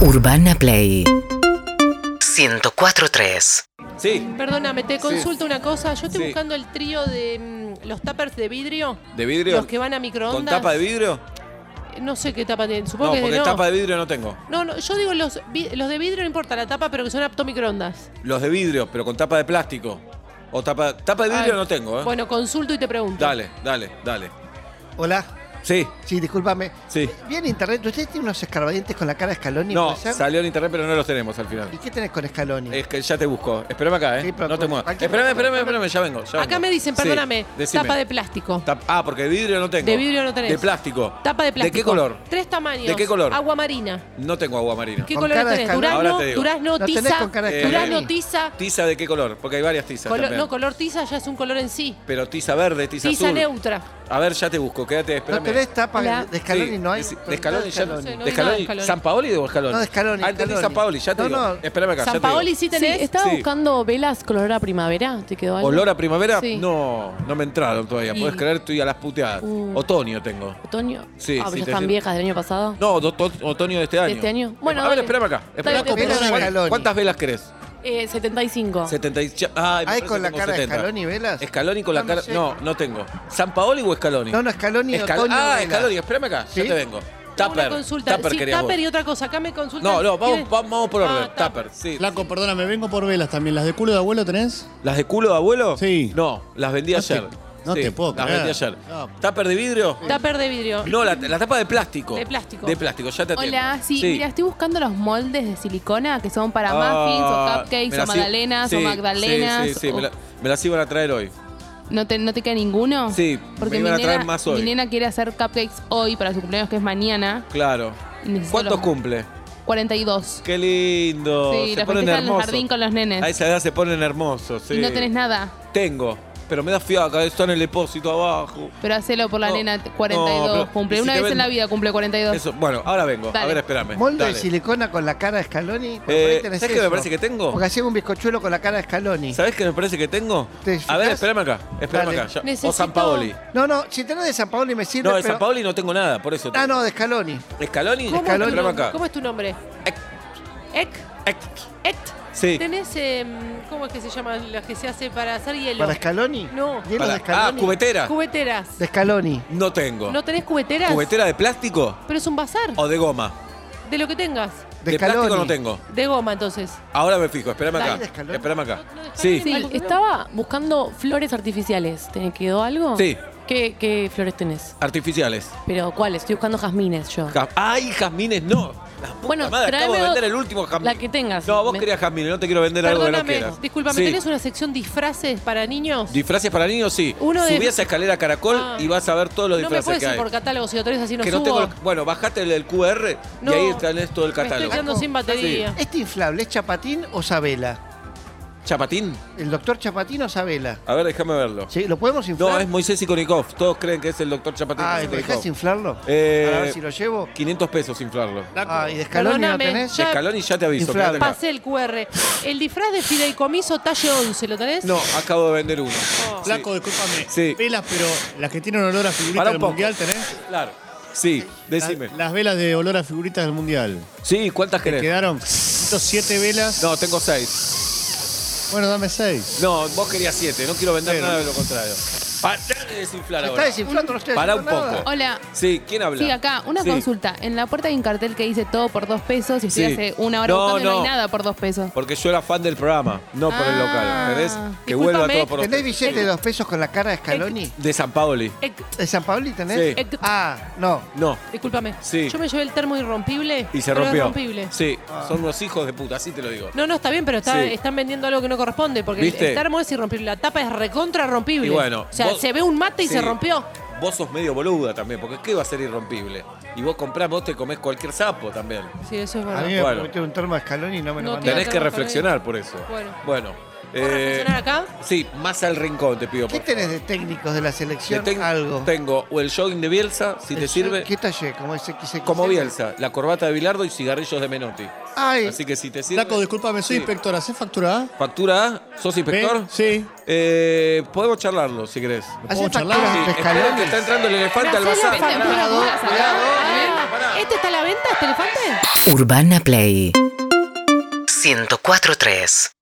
Urbana Play 104.3 Sí, Perdóname, te consulto una cosa. Yo estoy Sí. buscando el trío de mm, los tuppers de vidrio. de vidrio. Los que van a microondas. ¿Con tapa de vidrio? No sé qué tapa tienen. Supongo No, que es de porque no. tapa de vidrio no tengo. No, no, yo digo los, vi- los de vidrio no importa la tapa, pero que son apto microondas. Los de vidrio, pero con tapa de plástico. O tapa, tapa de vidrio Ay, no tengo, ¿eh? Bueno, consulto y te pregunto. Dale, dale, dale. Hola. Sí, Sí, discúlpame. sí. Vi en internet, ¿usted tiene unos escarbadientes con la cara de Scaloni? No, Eh, pues, puede ser? salió en internet, pero no los tenemos al final. ¿Y qué tenés con Scaloni? Es que ya te busco. Espérame acá, ¿eh? Sí, pero no te con- muevas. cualquier- Espérame, espérame, espérame, ya vengo. ya Acá vengo. me dicen, Sí, perdóname, decime. tapa de plástico. Tap- ah, porque de vidrio no tengo. De vidrio no tenés. De plástico. Tapa de plástico. ¿De qué color? Tres tamaños. ¿De qué color? Agua marina. No tengo agua marina. ¿Qué Con color cara de tenés? escalón. Ahora Durazno, te digo. durazno, No tenés tiza. con cara de durazno, escalón. tiza. ¿Tiza de qué color? Porque hay varias tizas. Colo- también. no, color tiza ya es un color en sí. Pero tiza verde, tiza, Tiza, azul. neutra. A ver, ya te busco. Quédate, ¿No espérame. tenés tapa Hola. de Scaloni? Sí, no hay. es- De Scaloni, ya- No sé, no de vi nada de Scaloni. Scaloni. ¿San Paoli o de Scaloni? No, de Scaloni, Ah, entendí Scaloni. San Paoli, ya te No, digo. no. Espérame acá, San ya te digo. Paoli sí Sí, tenés. estaba Sí. buscando velas color a primavera, ¿te quedó algo? ¿Olor a primavera? Sí. No, no me entraron todavía. Podés creer, estoy a las puteadas. Uh. Otoño tengo. ¿Otoño? Sí, Ah, pero ya sí, te están sirve. viejas del año pasado. No, do- to- otoño de este año. este año? Bueno, a ver, dale. espérame acá. Espérame Dale, acá. velas de ¿Cuán- Scaloni. ¿Cuántas velas querés? Eh, 75. 75. Ay, me ¿Hay parece con la como cara 70. de Scaloni, velas? Scaloni con la No, no cara. sé. No, no tengo. ¿San Paoli o Scaloni? No, no, Scaloni, Escal- otoño, Ah, velas. Scaloni, espérame acá. Ya ¿Sí? te vengo. Tengo Tupper. Una consulta. Tupper sí, querías vos. Tupper y otra cosa. Acá me consultan. No, no, vamos, ¿Quieren? vamos por orden. Ah, Tupper, sí. Flaco, perdóname, vengo por velas también. ¿Las de culo de abuelo tenés? ¿Las de culo de abuelo? Sí. No, las vendí No te- ayer. no Sí, te puedo Las creer. vendí ayer. No. ¿Tupper de vidrio? Tupper de vidrio. No, la, la tapa de plástico. De plástico. De plástico, ya te atiendo. Hola, sí, mira, estoy buscando los moldes de silicona que son para Ah, muffins o cupcakes me o las i- magdalenas sí, o magdalenas. Sí, sí, sí, o- me, la- me las iban a traer hoy. ¿No, te, ¿No te queda ninguno? Sí, me porque iban mi, a traer nena, más hoy. mi nena quiere hacer cupcakes hoy para su cumpleaños que es mañana. Claro. Y necesito ¿Cuántos los- cumple? 42. Qué lindo. sí, Oh, se los ponen festejan en el hermosos. jardín con los nenes. A esa edad se ponen hermosos, sí. Y no tenés nada. Tengo, pero me da fiaca, está en el depósito abajo. Pero hacelo por la No, nena no, 42. pero- cumple y si una te vez ven- en la vida cumple 42. Eso, bueno, ahora vengo. A Dale. ver, espérame. ¿Molde Dale. de silicona con la cara de Scaloni? Por Eh, ahí tenés ¿Sabes qué me eso. parece que tengo? Porque hacía un bizcochuelo con la cara de Scaloni. ¿Sabes qué me parece que tengo? ¿Te A ver, fijas? espérame acá. Espérame Dale. acá. ya. O Necesito- San Paoli. No, no, si tenés de San Paoli me sirve. No, de pero- San Paoli no tengo nada, por eso. Ah, tengo. no, de Scaloni. ¿Escaloni? ¿Cómo, es tu Espérame nombre? acá. ¿Cómo es tu nombre? Ec- Ek. ec- Et. Sí. ¿Tenés, em, cómo es que se llama la que se hace para hacer hielo? ¿Para Scaloni? No. ¿Hielo Para- de Ah, Scaloni? cubetera. Cubeteras. De Scaloni. No tengo. ¿No tenés cubeteras? ¿Cubetera de plástico Pero es un bazar. o de goma? De lo que tengas. De, de Scaloni. plástico no tengo. De goma, entonces. Ahora me fijo, espérame Dale, acá. de Scaloni. Espérame acá. No, no, de Sí. Scaloni. Sí, estaba buscando flores artificiales. ¿Te quedó algo? Sí. ¿Qué, qué flores tenés? Artificiales. ¿Pero cuáles? Estoy buscando jazmines yo. Ja- ¡Ay, jazmines no! La puta Bueno, madre, acabo de tráeme vender el o- último jazmín. la que tengas. No, vos Me- querías jazmines, no te quiero vender algo que no Perdóname, quieras. discúlpame, Sí. ¿tenés una sección disfraces para niños? ¿Disfraces para niños? Sí. Uno de- Subí a esa escalera caracol Ah. y vas a ver todos los no me disfraces puedes que ir hay. por catálogo, si lo tenés así no que no subo. tengo. Bueno, bajate el, el QR No, y ahí tenés todo el Me estoy catálogo. quedando sin batería. ¿Este inflable es Chapatín o Sabela? ¿Chapatín? ¿El doctor Chapatín o Sabela? A ver, déjame verlo. ¿Sí? ¿Lo podemos inflar? No, es Moisés Ikonikov. Todos creen que es el doctor Chapatín. Ah, ¿me Ikonikov. dejás inflarlo? Eh, Para ver si lo llevo. 500 pesos inflarlo. Ah, ¿y de Scaloni no Perdóname, tenés? ya- Escalón y ya te aviso. Inflable. quédate acá. Eh, Pasé el QR. El disfraz de fideicomiso talle 11, ¿lo tenés? No, acabo de vender uno. Oh. Flaco, discúlpame. Sí. Velas, pero las que tienen olor a Pará figuritas un del poco. mundial tenés. Claro. Sí, Las- decime. Las, velas de olor a figuritas del mundial. Sí, ¿cuántas ¿Te querés? quedaron? Necesito siete velas. No, tengo seis. Bueno, dame seis. No, vos querías siete. No quiero vender Cero. nada de lo contrario. Pará de desinflar Se está ahora. desinflando, no estoy Pará un haciendo nada. poco. Hola. Sí, ¿quién habla? Sí, acá, una Sí. consulta. En la puerta hay un cartel que dice todo por dos pesos y estoy Sí. hace una hora No, buscando y no no. hay nada por dos pesos. Porque yo era fan del programa, no por el Ah. local. ¿Entendés? Que Discúlpame. vuelva todo por ¿Tenés otro. billete de dos pesos con la cara de Scaloni? De San Paoli. Ec- ¿De San Paoli tenés? Sí. ec- Ah, no. No. Discúlpame. Sí. Yo me llevé el termo irrompible. Y se pero es rompió. rompible. Sí, Ah. son unos hijos de puta, así te lo digo. No, no, está bien, pero está- Sí. están vendiendo algo que no corresponde, porque el- ¿Viste? el termo es irrompible, la tapa es recontra rompible. Y bueno, o sea, vos- se ve un mate y Sí. se rompió. Vos sos medio boluda también, porque ¿qué va a ser irrompible? Y vos comprás, vos te comés cualquier sapo también. Sí, eso es A verdad. mí me Bueno. prometió un termo de Scaloni y no me lo No mandó. tiene- Tenés que tengo reflexionar por eso. Bueno. Bueno. eh, ¿Puedo reflexionar acá? Sí, más al rincón te pido. ¿Qué por tenés favor. de técnicos de la selección? De tec- Algo. Tengo o el jogging de Bielsa, si te ¿El- sirve. ¿Qué talle? ¿Cómo es XXL? Como Bielsa, la corbata de Bilardo y cigarrillos de Menotti. Ay, Así que si te sirve. Flaco, discúlpame, Sí. soy inspector. ¿Hacés factura A? Factura A, ¿sos inspector? B, Sí. Eh, podemos charlarlo si querés. hace ¿Puedo charlar? facturas Sí, de esperen que Scaloni. está entrando el elefante al Hacé la bazar. factura. Pará, Cuidado, pará, cuidado. pará. ¿Este está a la venta, este elefante? Urbana Play 104.3